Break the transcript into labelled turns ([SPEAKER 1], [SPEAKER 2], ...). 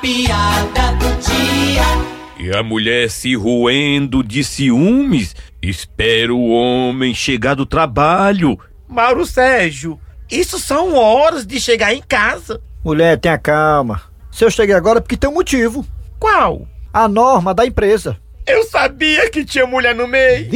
[SPEAKER 1] piada do dia.
[SPEAKER 2] E a mulher se roendo de ciúmes, espera o homem chegar do trabalho.
[SPEAKER 3] Mauro Sérgio, isso são horas de chegar em casa.
[SPEAKER 4] Mulher, tenha calma. Se eu cheguei agora é porque tem um motivo.
[SPEAKER 3] Qual?
[SPEAKER 4] A norma da empresa.
[SPEAKER 3] Eu sabia que tinha mulher no meio.